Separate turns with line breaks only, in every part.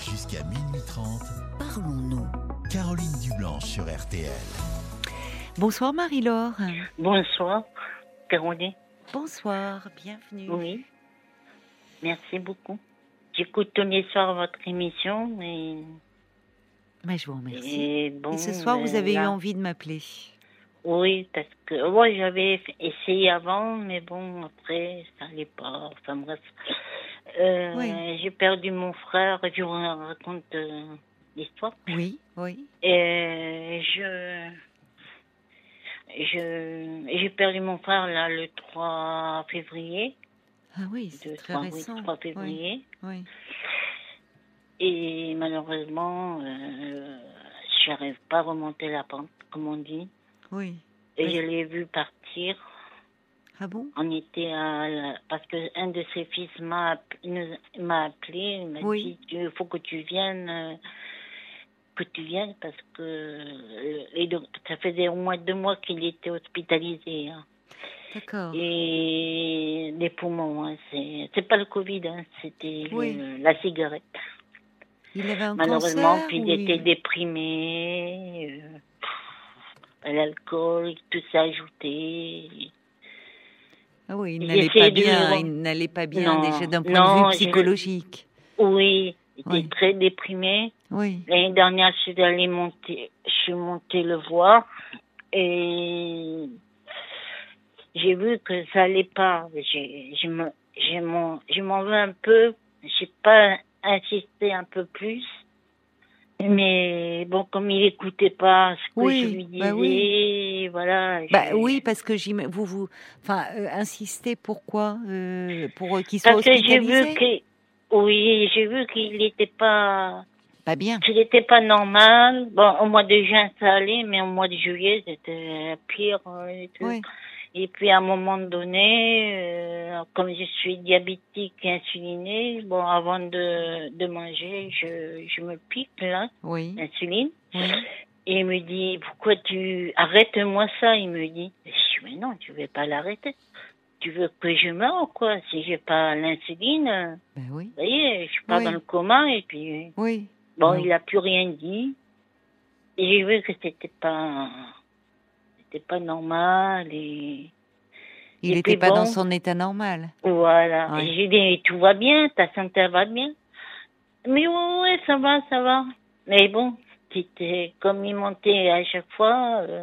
Jusqu'à minuit 30,
Parlons-nous.
Caroline Dublanche sur RTL.
Bonsoir Marie-Laure.
Bonsoir, Caroline.
Bonsoir, bienvenue.
Oui. Merci beaucoup. J'écoute tous les soirs votre émission et,
Mais Bah, je vous remercie.
et bon.
Et ce soir, vous
euh,
avez eu
là-
envie de m'appeler.
Oui, parce que ouais, j'avais f- essayé avant, mais bon, après, ça n'allait pas. Enfin bref. Euh,
Oui.
J'ai perdu mon frère, je vous raconte euh, l'histoire.
Oui, oui.
Et je. Je. J'ai perdu mon frère là le 3 février.
Ah oui, c'est
Le
très
3, oui,
récent.
3
Oui,
février.
oui.
Et malheureusement, euh, j'arrive pas à remonter la pente, comme on dit.
oui.
Et
Oui.
je l'ai vu partir.
Ah bon
On était à la- parce que un de ses fils m'a app- nous- m'a appelé, il m'a
Oui.
dit il faut que tu viennes, euh, que tu viennes parce que euh, les doc- ça faisait au moins deux mois qu'il était hospitalisé hein.
D'accord.
et les poumons, hein, c'est c'est pas le Covid, hein, c'était le-
Oui.
la cigarette.
Il avait un
Malheureusement,
cancer
puis
ou
il était déprimé. euh, pff, L'alcool, tout ça ajouté.
Ah oui, il
il
n'allait
essayait
pas
de lui
bien.
rendre-
Il n'allait pas bien
Non,
déjà d'un point
non,
de vue
je-
psychologique.
Oui, il était
Oui.
très déprimé.
Oui,
L'année dernière, je suis allée monter, je suis montée le voir et j'ai vu que ça allait pas. J'ai- Je me- je m'en je m'en veux un peu. J'ai pas insisté un peu plus. Mais bon, comme il écoutait pas ce que
Oui,
je lui disais,
bah oui.
voilà.
bah
je-
oui, parce que j'im- vous vous, enfin, euh, insistez pourquoi euh, pour euh, qu'il soit
Parce que j'ai vu
hospitalisé
que oui, j'ai vu qu'il n'était pas
Pas bien.
qu'il n'était pas normal. Bon, au mois de juin ça allait, mais au mois de juillet c'était pire. hein, Et, tout.
Oui,
Et puis à un moment donné, euh, comme je suis diabétique et insulinée, bon avant de, de manger, je, je me pique là,
oui,
l'insuline.
oui.
Et il me dit pourquoi tu arrête-moi ça Il me dit je dis, mais non, tu veux pas l'arrêter. Tu veux que je meure ou quoi Si j'ai pas l'insuline. euh,
Ben oui,
vous voyez, je suis pas
Oui.
dans le coma et puis
oui.
bon,
Oui.
il a plus rien dit. Et j'ai vu que c'était pas c'était pas normal et
Il
Et
n'était
puis
pas dans
bon.
son état normal.
voilà.
Ouais.
Et j'ai dit tout va bien, ta santé va bien. Mais ouais, ouais, ça va, ça va. Mais bon, c'était comme il montait à chaque fois, euh,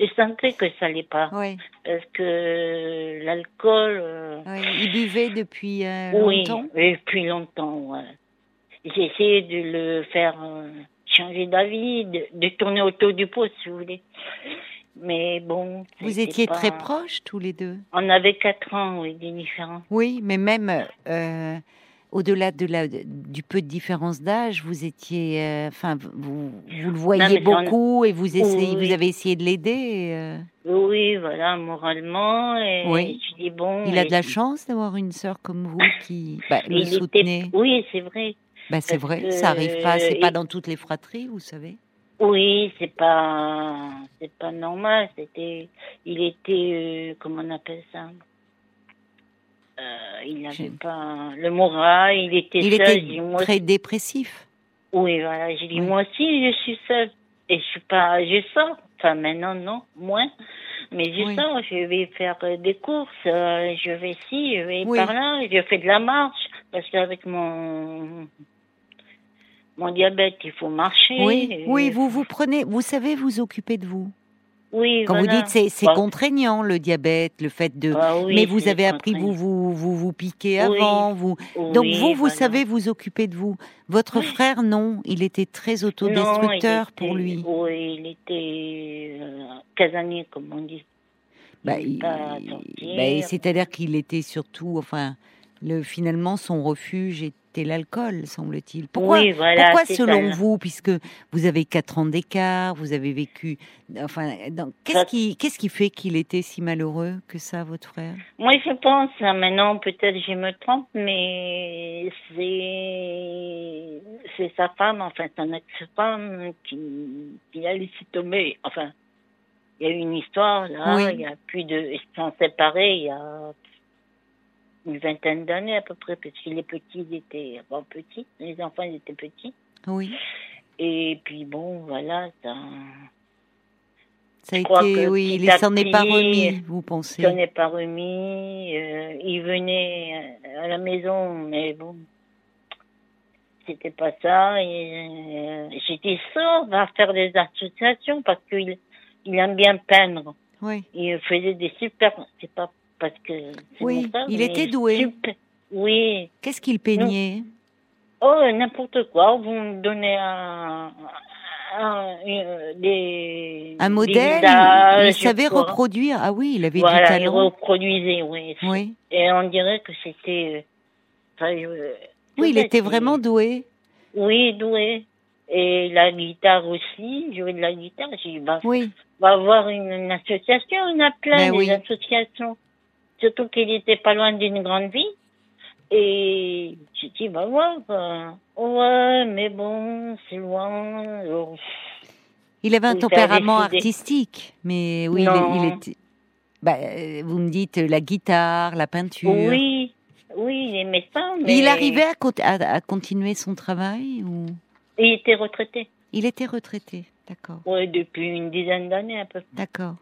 je sentais que ça allait pas
Oui,
parce que l'alcool euh,
oui. il buvait depuis euh,
Oui,
longtemps.
oui, depuis longtemps, ouais. J'ai essayé de le faire euh, changer d'avis, de, de tourner autour du pot, si vous voulez. Mais bon.
Vous
c'était
étiez
pas-
très proches tous les deux.
On avait quatre ans, oui, des différents.
Oui, mais même euh, au-delà de la, du peu de différence d'âge, vous étiez, euh, enfin, vous, vous le voyez
mais ça, on-
beaucoup et vous essayez,
Oui.
vous avez essayé de l'aider. euh.
Oui, voilà, moralement. Et
Oui.
Je dis bon.
Il a
et-
de la chance d'avoir une sœur comme vous qui bah,
mais
le
il était-
soutenait.
Oui, c'est vrai.
Bah, c'est
parce
vrai,
que-
ça arrive pas, c'est pas
il-
dans toutes les fratries, vous savez.
Oui, c'est pas, c'est pas normal. C'était, il était, euh, comment on appelle ça Euh, Il
Je-
n'avait pas le moral. Il était
Il
seul.
était
j'ai dit, moi,
très dépressif.
Oui, voilà. J'ai dit
Oui.
moi aussi, je suis seule et je suis pas, je sors. Enfin maintenant non, moins. Mais je
Oui.
sors, je vais faire euh, des courses, euh, je vais ci, je vais
Oui.
par là, je fais de la marche parce qu'avec mon mon diabète, il faut marcher. Euh,
Oui,
et-
oui, vous vous prenez, vous savez vous occuper de vous.
Oui,
Quand vous
voilà.
dites c'est c'est
Bah,
contraignant le diabète, le fait de.
bah oui,
mais vous
c'est
avez appris vous
contraignant.
vous vous vous piquez
Oui.
avant, vous. Donc
Oui,
vous vous
voilà.
savez vous occuper de vous. Votre
Oui.
frère non, il était très
Non, il
autodestructeur pour
était-
lui.
Oui, il était euh, casanier, comme on dit.
Bah,
il
il-
pas
bah,
sortir.
c'est-à-dire qu'il était surtout, enfin, le finalement son refuge était l'alcool, semble-t-il. Pourquoi
oui, voilà,
Pourquoi
c'est
selon
ça.
vous, puisque vous avez quatre ans d'écart, vous avez vécu, enfin, dans- qu'est-ce
Ça-
qui, qu'est-ce qui fait qu'il était si malheureux que ça, votre frère
Moi, je pense, hein, maintenant, peut-être je me trompe, mais c'est, c'est sa femme, enfin, son ex-femme qui, qui a laissé tomber. Enfin, il y a eu une histoire, là,
Oui.
il y a plus de, ils se sont séparés il y a une vingtaine d'années à peu près, parce que les petits ils étaient, bon, petits, les enfants ils étaient petits.
Oui.
Et puis bon, voilà, ça,
Ça a
Je crois
été,
que
oui,
petit
il
à
s'en est pas
petit,
remis, vous pensez.
ça n'est pas remis. euh, il venait euh, à la maison, mais bon, c'était pas ça. et, euh, J'étais sûre, va faire des associations parce qu'il il aime bien peindre.
Oui.
Il faisait des super. C'est pas parce que. c'est
Oui,
mon frère,
il
mais
était doué.
super- oui.
Qu'est-ce qu'il peignait
Mmh. Oh, n'importe quoi. Vous me donnez un. un- une- des,
Un
des
modèle Il
visages,
savait
quoi.
reproduire. Ah oui, il avait du
Voilà, il
talent.
reproduisait, oui.
Oui.
Et on dirait que c'était. euh, enfin, euh,
Oui, il
peut-être
était vraiment doué.
Oui, doué. Et la guitare aussi, jouer de la guitare. J'ai dit, bah,
Oui.
va avoir une, une association, on a plein
Ben
des
oui.
associations. Surtout qu'il était pas loin d'une grande ville. Et j'ai dit, va voir. euh, ouais, mais bon, c'est loin. euh,
Il avait un
Ou t'as
tempérament
décidé.
artistique, mais oui, il-
Non.
il, était. Bah, euh, vous me dites euh, la guitare, la peinture.
oui, oui, il aimait ça. Mais
Mais il arrivait à, cont- à- à continuer son travail ou
Il était retraité.
il était retraité, d'accord,
Ouais, depuis une dizaine d'années à peu près.
d'accord.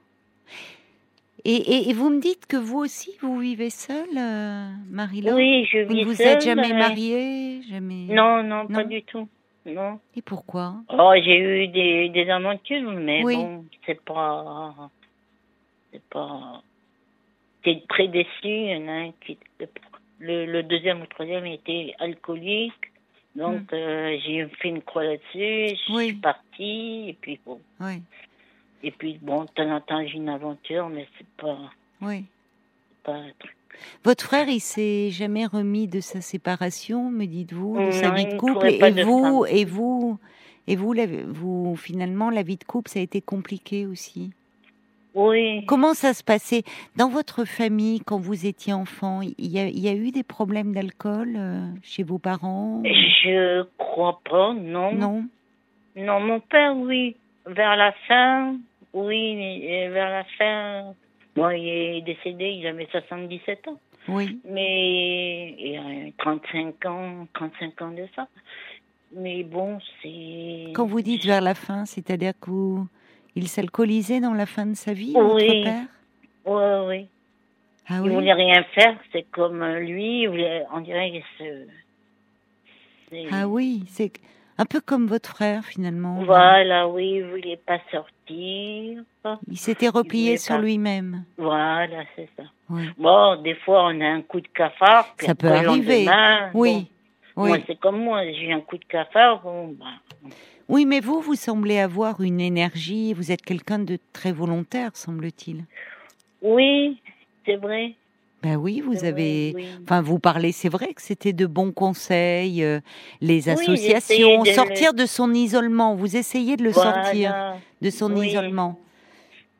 Et, et- et vous me dites que vous aussi vous vivez seule, euh, Marie-Laure
Oui, je
Vous
vis
ne vous
seule,
êtes jamais
mais-
mariée, jamais.
Non, non, pas
Non.
du tout. Non.
Et pourquoi
Oh, j'ai eu des, des aventures, mais
Oui.
bon, c'est pas. C'est pas. T'es très déçu. Il y en a un qui. Le, le deuxième ou troisième était alcoolique. Donc, euh, j'ai fait une croix là-dessus. Je
Mm. Oui.
suis partie. Et puis, bon.
Oui,
Et puis, bon, de temps en temps, j'ai une aventure, mais c'est pas.
oui.
c'est pas un truc.
Votre frère, il s'est jamais remis de sa séparation, me dites-vous, de sa
Non,
vie
il
de
ne
couple.
trouvait pas
Et
de
vous, et vous, et vous, la- vous, finalement, la vie de couple, ça a été compliqué aussi.
Oui.
Comment ça se passait dans votre famille quand vous étiez enfant Il y a, il y a eu des problèmes d'alcool euh, chez vos parents
Je crois pas,
Non.
Non, mon père, oui. Vers la fin, oui, mais, euh, vers la fin. Bon, il est décédé, il avait 77 ans.
Oui.
Mais il a 35 ans, 35 ans de ça. Mais bon, c'est...
Quand vous dites vers la fin, c'est-à-dire que vous- il s'alcoolisait dans la fin de sa vie,
Oui.
votre père
Ouais, oui.
Ah
Il
oui.
voulait rien faire, c'est comme euh, lui, il voulait- on dirait qu'il se... c'est-
Ah oui, c'est un peu comme votre frère finalement.
Voilà, oui, il voulait pas sortir.
Il s'était
Il voulait
replié sur
pas.
lui-même.
Voilà, c'est ça.
Ouais.
Bon, des fois, on a un coup de cafard. puis
Ça peut
après, le
arriver.
lendemain, bon,
Oui.
Moi,
Oui.
c'est comme moi, j'ai un coup de cafard, bon, bah,
oui, mais vous, vous semblez avoir une énergie, vous êtes quelqu'un de très volontaire, semble-t-il.
oui, c'est vrai.
Ben oui, vous
c'est
avez...
vrai, Euh, oui.
Enfin, vous parlez, c'est vrai que c'était de bons conseils, euh, les
Oui, j'essayais
associations,
de le-
sortir de son isolement, vous essayez de le
Voilà.
sortir de son
Oui.
isolement.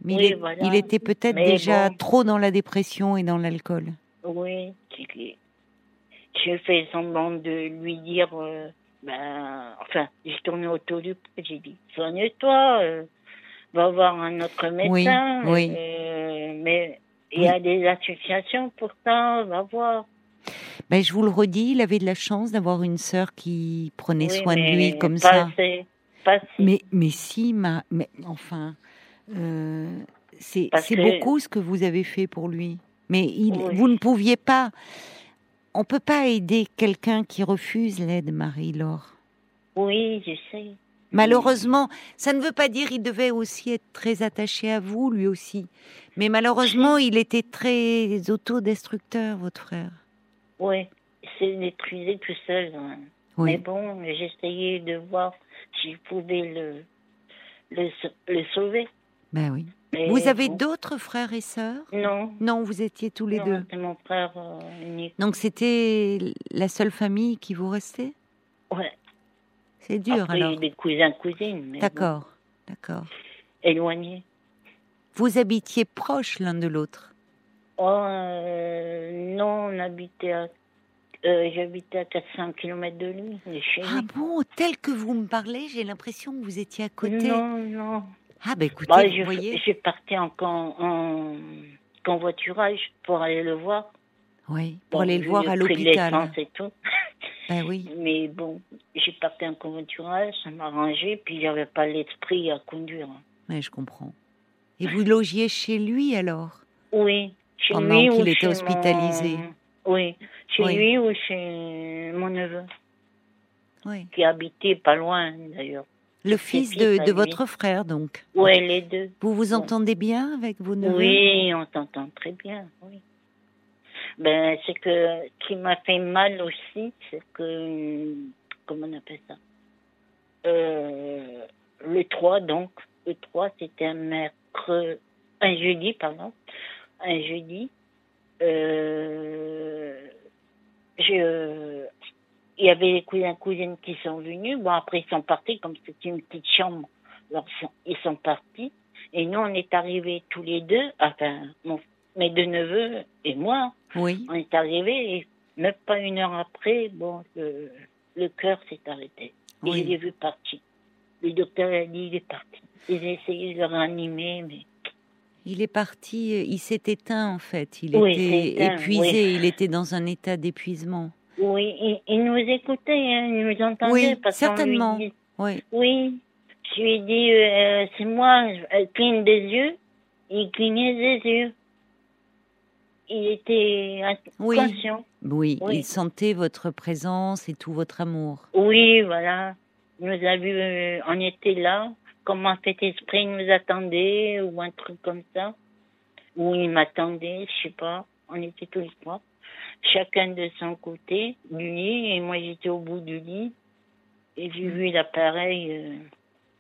Mais
Oui,
il, est-
voilà.
il était peut-être
Mais
déjà
bon.
trop dans la dépression et dans l'alcool.
Oui, c'est que je fais semblant de lui dire, euh, ben, enfin, j'ai tourné autour du pot, j'ai dit, soigne-toi, euh, va voir un autre médecin.
oui.
euh, mais il y a des associations pour ça, va voir.
Ben, je vous le redis, il avait de la chance d'avoir une sœur qui prenait
Oui,
soin de
mais
lui comme
pas
ça.
assez, pas assez.
Mais, mais si, ma, mais enfin, euh, c'est
Parce
c'est
que-
beaucoup ce que vous avez fait pour lui. Mais il,
Oui.
vous ne pouviez pas. On peut pas aider quelqu'un qui refuse l'aide, Marie-Laure.
Oui, je sais.
Malheureusement, ça ne veut pas dire il devait aussi être très attaché à vous, lui aussi. Mais malheureusement, il était très autodestructeur, votre frère.
Oui, c'est détruisé tout seul. hein. Mais
Oui.
bon, j'essayais de voir si je pouvais le, le, sau- le sauver.
Ben oui.
Mais
Vous avez
bon,
d'autres frères et sœurs
Non,
Non, vous étiez tous les
non,
deux.
c'est mon frère euh, unique.
Donc c'était la seule famille qui vous restait
Ouais.
C'est dur
Après,
alors.
il y a des cousins-cousines, mais bon,
D'accord, d'accord.
éloignés.
Vous habitiez proches l'un de l'autre.
Oh, euh, non, on habitait à... euh, J'habitais à 400 km de lui, de chez
Ah
lui.
bon, tel que vous me parlez, j'ai l'impression que vous étiez à côté.
Non, non.
Ah ben écoutez,
Bah,
vous
je,
voyez.
je partais en, con- en convoiturage pour aller le voir.
Oui, pour
Bon,
aller le
vu
voir à
prix de
l'hôpital.
l'essence et tout.
Ben oui.
Mais bon, j'ai parti en covoiturage, ça m'a arrangé, puis j'avais pas l'esprit à conduire.
Ouais, je comprends. Et vous logiez chez lui alors
Oui, chez
Pendant
lui ou
Oh qu'il était
chez mon-
hospitalisé.
Oui, chez
Oui.
lui ou chez mon neveu,
Oui.
qui habitait pas loin d'ailleurs.
Le fils
fils
de,
à
de
lui.
votre frère, donc.
Ouais, les deux.
Vous vous
Ouais.
entendez bien avec vos neveux
Oui, on t'entend très bien, oui. Ben, c'est que, ce qui m'a fait mal aussi, c'est que, comment on appelle ça? Euh, le 3, donc, le 3, c'était un mercredi, un jeudi, pardon, un jeudi, euh, je, il y avait les cousins, cousines qui sont venus, bon, après, ils sont partis, comme c'était une petite chambre, alors, ils sont- ils sont partis. Et nous, on est arrivés tous les deux, enfin, mon- mes deux neveux et moi,
Oui.
on est arrivés et même pas une heure après, bon, le, le cœur s'est arrêté. Et
Oui.
je l'ai vu partir. Le docteur a dit, il est parti. Ils ont essayé de le réanimer, mais
Il est parti, euh, il s'est éteint en fait. Il
Oui,
était
il s'est éteint,
épuisé, il était dans un état d'épuisement.
oui, il, il nous écoutait, hein, il nous entendait.
Oui,
parce qu'on lui
certainement.
dit-
Oui.
oui, je lui ai dit, euh, c'est moi, elle cligne des yeux. Il clignait des yeux. Il était
Oui.
conscient.
oui,
Oui.
il sentait votre présence et tout votre amour.
Oui, voilà. Nous avions, euh, on était là. Comment cet esprit nous attendait ou un truc comme ça. Ou il m'attendait, je sais pas. On était tous les trois. Chacun de son côté du lit. Et moi, j'étais au bout du lit. Et j'ai vu l'appareil euh,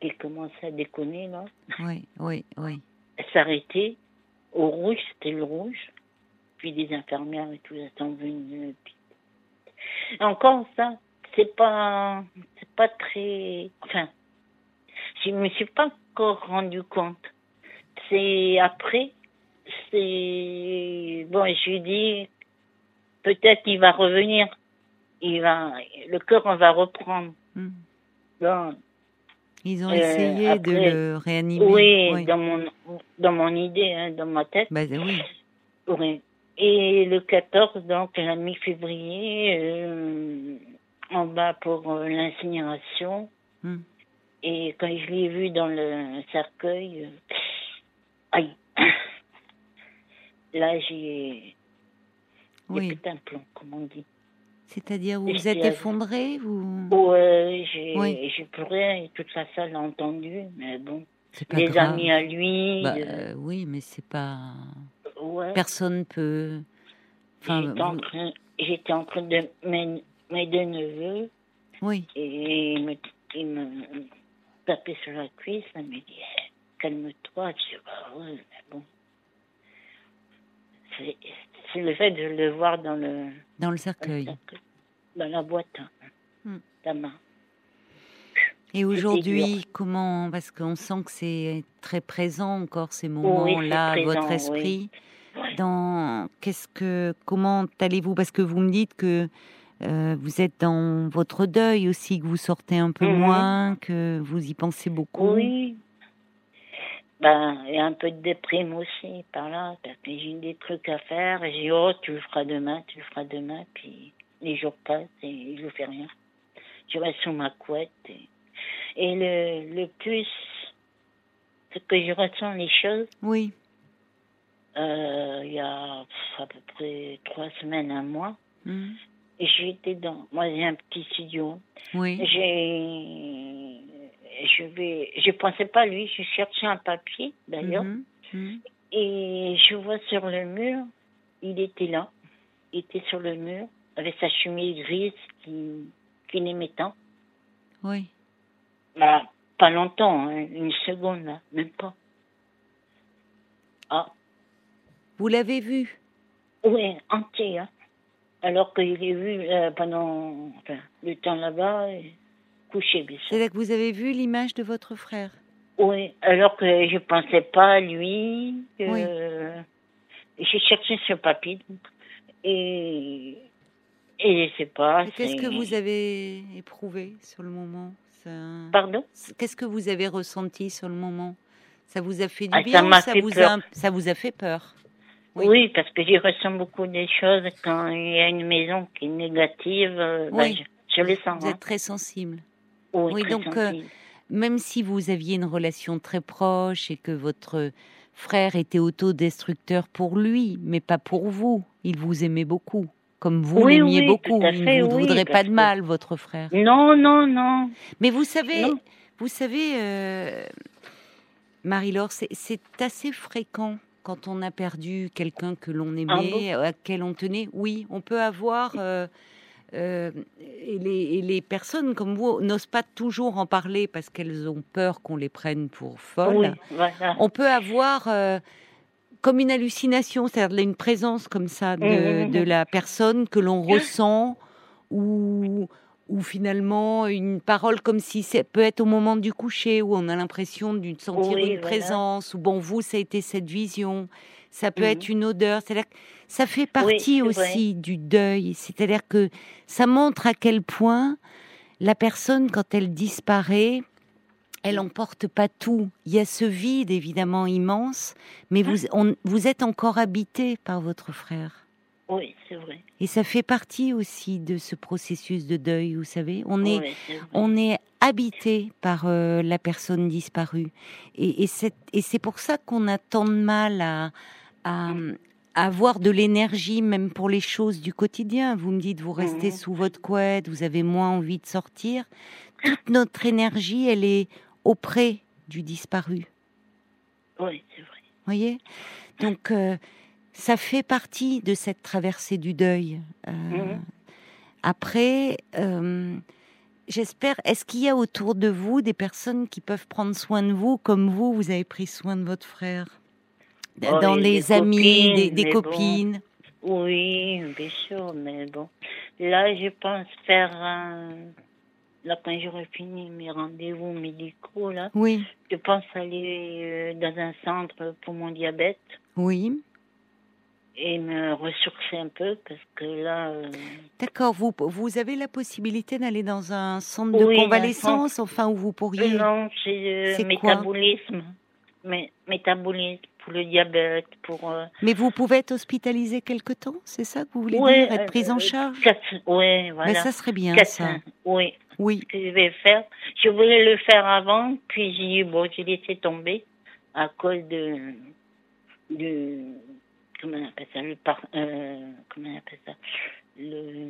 qui commençait à déconner, là.
Oui, oui, oui.
S'arrêter. Au rouge, c'était le rouge. Puis des infirmières et tout, elles sont venues. Puis... Encore ça, c'est pas, c'est pas très. Enfin, je me suis pas encore rendu compte. C'est après, c'est bon. Je lui dis, peut-être il va revenir. Il va, le cœur on va reprendre.
Hmm.
Bon,
Ils ont
Euh,
essayé de
après-
le réanimer.
oui,
oui.
dans mon, dans mon idée, hein, dans ma tête.
Bah, oui.
Oui. Et le 14, donc à la mi-février, euh, on va pour euh, l'incinération.
Hmm.
Et quand je l'ai vu dans le cercueil, euh, aïe. Là, j'ai j'ai
oui.
pété un plomb, comme on dit.
C'est-à-dire, vous
Et
vous
puis,
êtes
euh,
effondré vous...
Ouais, j'ai
Hmm. Oui.
j'ai pleuré et toute la salle l'a entendu, mais bon.
C'est pas
Les
grave.
amis à lui,
Bah,
euh,
euh, oui, mais c'est pas.
ouais.
Personne peut. Enfin,
J'étais en
vous-
train, j'étais en train de mes, mes deux neveux
oui,
Et il me, il me tapait sur la cuisse, il me dit Eh, Calme-toi, je dis Bah ouais, mais bon. C'est- C'est le fait de le voir dans, le,
dans le
dans le
cercueil.
sac- dans la boîte,
Hmm.
ta main.
Et aujourd'hui, comment Parce qu'on sent que c'est très présent encore ces moments-là,
c'est
à votre
présent, oui.
esprit. Dans qu'est-ce que comment allez-vous Parce que vous me dites que euh, vous êtes dans votre deuil aussi, que vous sortez un peu
Mhm.
moins, que vous y pensez beaucoup.
Oui. Ben, et un peu de déprime aussi par là, parce que j'ai des trucs à faire, et j'ai dit, oh, tu le feras demain, tu le feras demain, puis les jours passent et je fais rien. Je reste sous ma couette. Et, et le, le plus, c'est que je ressens les choses.
Oui,
Euh, il y a pff, à peu près trois semaines, un mois,
Mhm.
et j'étais dans, moi j'ai un petit studio,
oui,
j'ai, je vais, je pensais pas à lui, je cherchais un papier d'ailleurs,
Mhm. Mhm.
et je vois sur le mur, il était là, il était sur le mur avec sa chemise grise qui, qu'il aimait tant.
oui.
Bah, pas longtemps, hein, une seconde là, même pas. Ah,
Vous l'avez vu
oui, entier. Hein. Alors qu'il est vu euh, pendant enfin, le temps là-bas, et couché bien sûr.
C'est-à-dire que vous avez vu l'image de votre frère
Oui, alors que je pensais pas à lui. que- J'ai cherché ce papier. donc, Et, et je sais pas.
Et Qu'est-ce que
Ah, c'est-
vous avez éprouvé sur le moment Ça-
Pardon
Qu'est-ce que vous avez ressenti sur le moment Ça vous a fait du
Ah, ça
bien ou
m'a
ça
fait
vous
peur.
a ça vous a fait peur Oui.
oui. parce que j'y ressens beaucoup des choses. Quand il y a une maison qui est négative, euh, ben,
Oui.
je, Je le sens.
Vous
hein.
êtes très sensible.
Oui,
oui,
très
donc, euh,
sensible.
Même si vous aviez une relation très proche et que votre frère était autodestructeur pour lui, mais pas pour vous, il vous aimait beaucoup, comme vous
Oui,
l'aimiez
oui,
beaucoup.
tout à
il
fait,
ne vous
oui,
voudrait pas
parce
de
que-
mal, votre frère.
Non, non, non.
Mais vous savez,
Non.
vous savez, euh, Marie-Laure, c'est- c'est assez fréquent quand on a perdu quelqu'un que
Ah
l'on aimait, à quel on tenait. Oui, on peut avoir. euh, euh, et, les, et les personnes comme vous n'osent pas toujours en parler parce qu'elles ont peur qu'on les prenne pour folles.
Oui, voilà.
On peut avoir euh, comme une hallucination, c'est-à-dire une présence comme ça de,
Mhm.
de la personne que l'on
Mm.
ressent ou, ou finalement une parole comme si ça peut être au moment du coucher où on a l'impression d'une sentir
Oui,
une
voilà.
présence ou bon vous ça a été cette vision. Ça peut
Mhm.
être une odeur, c'est-à-dire que ça fait partie
c'est vrai.
aussi du deuil. C'est-à-dire que ça montre à quel point la personne, quand elle disparaît, elle emporte pas tout. Il y a ce vide évidemment immense, mais
Ah.
vous, on- vous êtes encore habité par votre frère.
Oui, c'est vrai.
Et ça fait partie aussi de ce processus de deuil, vous savez. On est,
Oui, c'est vrai.
on est habité par euh, la personne disparue. Et, et c'est et c'est pour ça qu'on a tant de mal à, à, à avoir de l'énergie, même pour les choses du quotidien. Vous me dites, vous restez
Mhm.
sous votre couette, vous avez moins envie de sortir. Toute notre énergie, elle est auprès du disparu.
Oui, c'est vrai.
voyez Donc, euh, ça fait partie de cette traversée du deuil. Euh,
Mhm.
Après, euh, j'espère, est-ce qu'il y a autour de vous des personnes qui peuvent prendre soin de vous comme vous, vous avez pris soin de votre frère
Oh,
Dans
oui,
les
des
amis, des,
copines,
des
mais bon.
copines
Oui, bien sûr, mais bon. Là, je pense faire un... Là, quand j'aurai fini mes rendez-vous médicaux, là,
Oui,
je pense aller euh, dans un centre pour mon diabète
oui.
et me ressourcer un peu parce que là... euh,
D'accord, vous, vous avez la possibilité d'aller dans un centre
Oui, un
de
centre. Euh,
convalescence, enfin, où vous pourriez...
Non, c'est
C'est
euh,
quoi
métabolisme. Mais, métabolisme pour le diabète, pour... euh,
Mais vous pouvez être hospitalisé quelque temps, c'est ça que vous voulez
Ouais,
dire Être prise en
euh,
charge
quatre- ouais, voilà.
Mais ça serait bien,
Quatre-
ça.
Oui,
Oui,
que je vais faire. Je voulais le faire avant, puis j'ai dit, bon, j'ai laissé tomber à cause de, de comment on appelle ça, le par, euh, comment on appelle ça, le,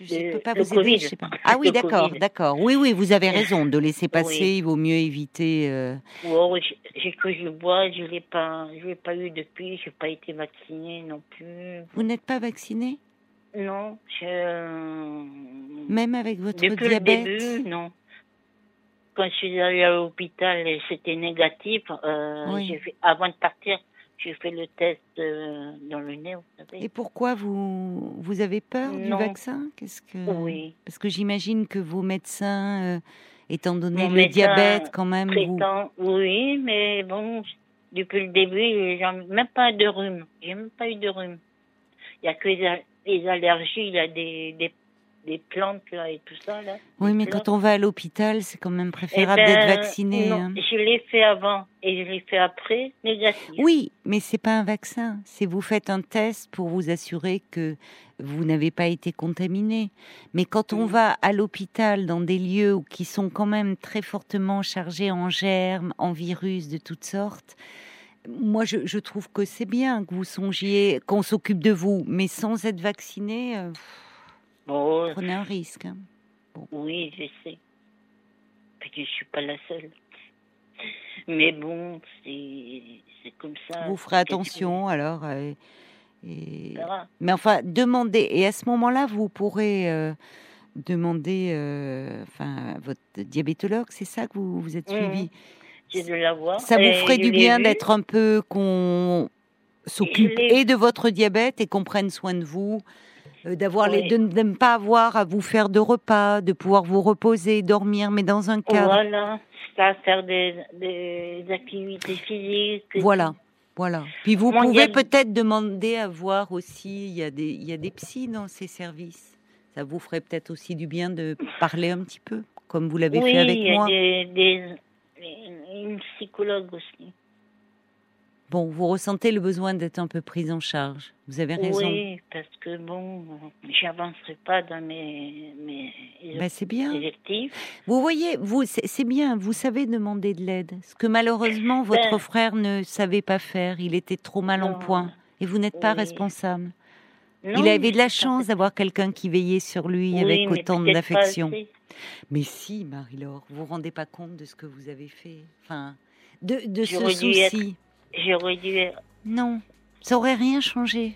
je ne
le-
peux pas
le
vous aider,
Covid.
je sais pas. Ah oui,
Le
d'accord,
Covid.
d'accord. Oui, oui, vous avez raison de laisser passer,
Oui.
il vaut mieux éviter... euh,
ou alors, oh, j'ai j'ai que je bois, je l'ai pas, je l'ai pas eu depuis, j'ai pas été vaccinée non plus,
Vous n'êtes pas vacciné
non, je,
Même avec votre
Depuis
diabète
le début, non. Quand je suis allée à l'hôpital et c'était négatif, euh,
Oui.
j'ai fait- avant de partir, j'ai fait le test euh, dans le nez, vous savez.
Et pourquoi vous, vous avez peur du
Non.
vaccin Qu'est-ce que
Oui.
Parce que j'imagine que vos médecins, euh, étant donné
Mon
le
médecin
diabète, quand même, vous...
Prétend, oui, mais bon, depuis le début, j'ai même pas de rhume. J'ai même pas eu de rhume. Il y a que les, a- les allergies, il y a des, des, des plantes là et tout ça là.
Oui,
des
mais
fleurs.
quand on va à l'hôpital, c'est quand même
Eh
préférable
ben,
d'être vacciné.
non,
hein.
Je l'ai fait avant et je l'ai fait après, négatif.
Oui, mais c'est pas un vaccin. C'est vous faites un test pour vous assurer que vous n'avez pas été contaminé. Mais quand on
Mm.
va à l'hôpital dans des lieux où- qui sont quand même très fortement chargés en germes, en virus de toutes sortes, moi je, je trouve que c'est bien que vous songiez, qu'on s'occupe de vous, mais sans être vacciné, euh, vous
Bon,
prenez un risque. hein.
Oui, je sais. Puis je suis pas la seule. Mais bon, c'est c'est comme ça.
Vous ferez attention alors. euh, et-
On verra.
Mais enfin, demandez. Et à ce moment-là, vous pourrez euh, demander euh, enfin, à votre diabétologue, c'est ça que vous vous êtes
Mhm.
suivi.
J'ai de la voir.
Ça vous
Et
ferait
je
du
l'ai
bien
vu.
d'être un peu qu'on s'occupe
l'ai-
et de votre diabète et qu'on prenne soin de vous, euh, d'avoir les,
Oui.
de, ne- de ne pas avoir à vous faire de repas, de pouvoir vous reposer, dormir, mais dans un cadre. Voilà,
Voilà, ça, faire des, des activités physiques. et
voilà. Puis vous
Mon
pouvez
diab-
peut-être demander à voir aussi, il y a des, il y a des psys dans ces services. Ça vous ferait peut-être aussi du bien de parler un petit peu, comme vous
tout.
l'avez
Oui,
fait avec
il y a
moi.
des, des- une psychologue aussi.
Bon, vous ressentez le besoin d'être un peu prise en charge. Vous avez raison.
Oui, parce que bon, j'avancerai pas dans mes, mes
Bah, c'est bien.
objectifs.
Vous voyez, vous, c'est c'est bien, vous savez demander de l'aide. Ce que malheureusement, votre
Ben.
frère ne savait pas faire. Il était trop mal en
Non.
point. Et vous n'êtes pas
Oui.
responsable.
Non,
il avait de la
je suis
chance d'avoir quelqu'un qui veillait sur lui
Oui,
avec
mais
autant
peut-être pas
d'affection.
assez.
Mais si, Marie-Laure, vous vous rendez pas compte de ce que vous avez fait. Enfin, de, de ce
J'aurais dû
souci.
être- J'aurais dû. être-
Non, ça aurait rien changé.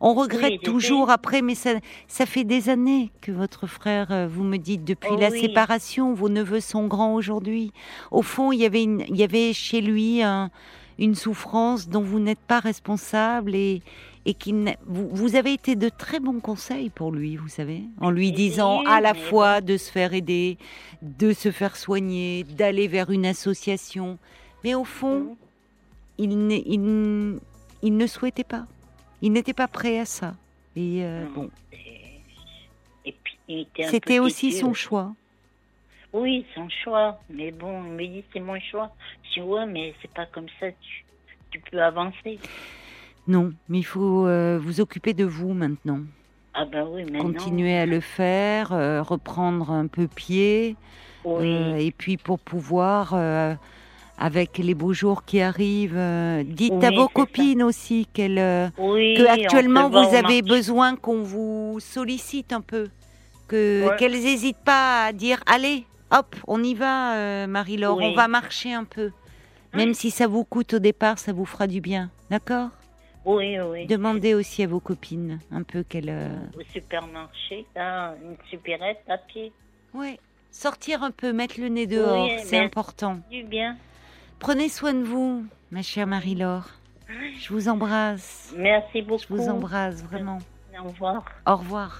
On regrette
Oui, je
toujours après, mais ça, ça fait des années que votre frère, euh, vous me dites, depuis
Oh
la
oui.
séparation, vos neveux sont grands aujourd'hui. Au fond, il y avait, une- il y avait chez lui un- une souffrance dont vous n'êtes pas responsable et, et qui n'a- vous, vous avez été de très bons conseils pour lui, vous savez, en lui
Essayez,
disant à la
mais
fois de se faire aider, de se faire soigner, d'aller vers une association. Mais au fond, il, n'est- il, n- il ne souhaitait pas. Il n'était pas prêt à ça. Et euh,
Non.
bon,
Et- Et puis, il était un peu
c'était aussi
têtu.
son choix.
Oui, son choix. Mais bon, il me dit c'est mon choix. Je dis ouais, mais c'est pas comme ça. Tu, tu peux avancer.
Non, mais il faut euh, vous occuper de vous maintenant.
Ah ben oui, maintenant.
Continuer à le faire, euh, reprendre un peu pied.
Oui.
euh, et puis pour pouvoir, euh, avec les beaux jours qui arrivent, euh, dites
Oui,
à vos
c'est ça.
copines aussi qu'elles... euh,
oui.
que
on
actuellement
se voit
vous
au
avez
marché.
besoin qu'on vous sollicite un peu, que
Ouais.
qu'elles n'hésitent pas à dire allez, hop, on y va, euh, Marie-Laure,
Oui. Mm.
on va marcher un peu, même si ça vous coûte au départ, ça vous fera du bien, d'accord
Oui, oui.
Demandez aussi à vos copines un peu qu'elles euh,
Au supermarché, là, une supérette à pied.
ouais, sortir un peu, mettre le nez dehors,
Oui,
c'est
mais-
important.
Du bien.
Prenez soin de vous, ma chère Marie-Laure. Je vous embrasse,
Merci beaucoup. Oh.
je vous embrasse vraiment.
Au revoir.
Au revoir.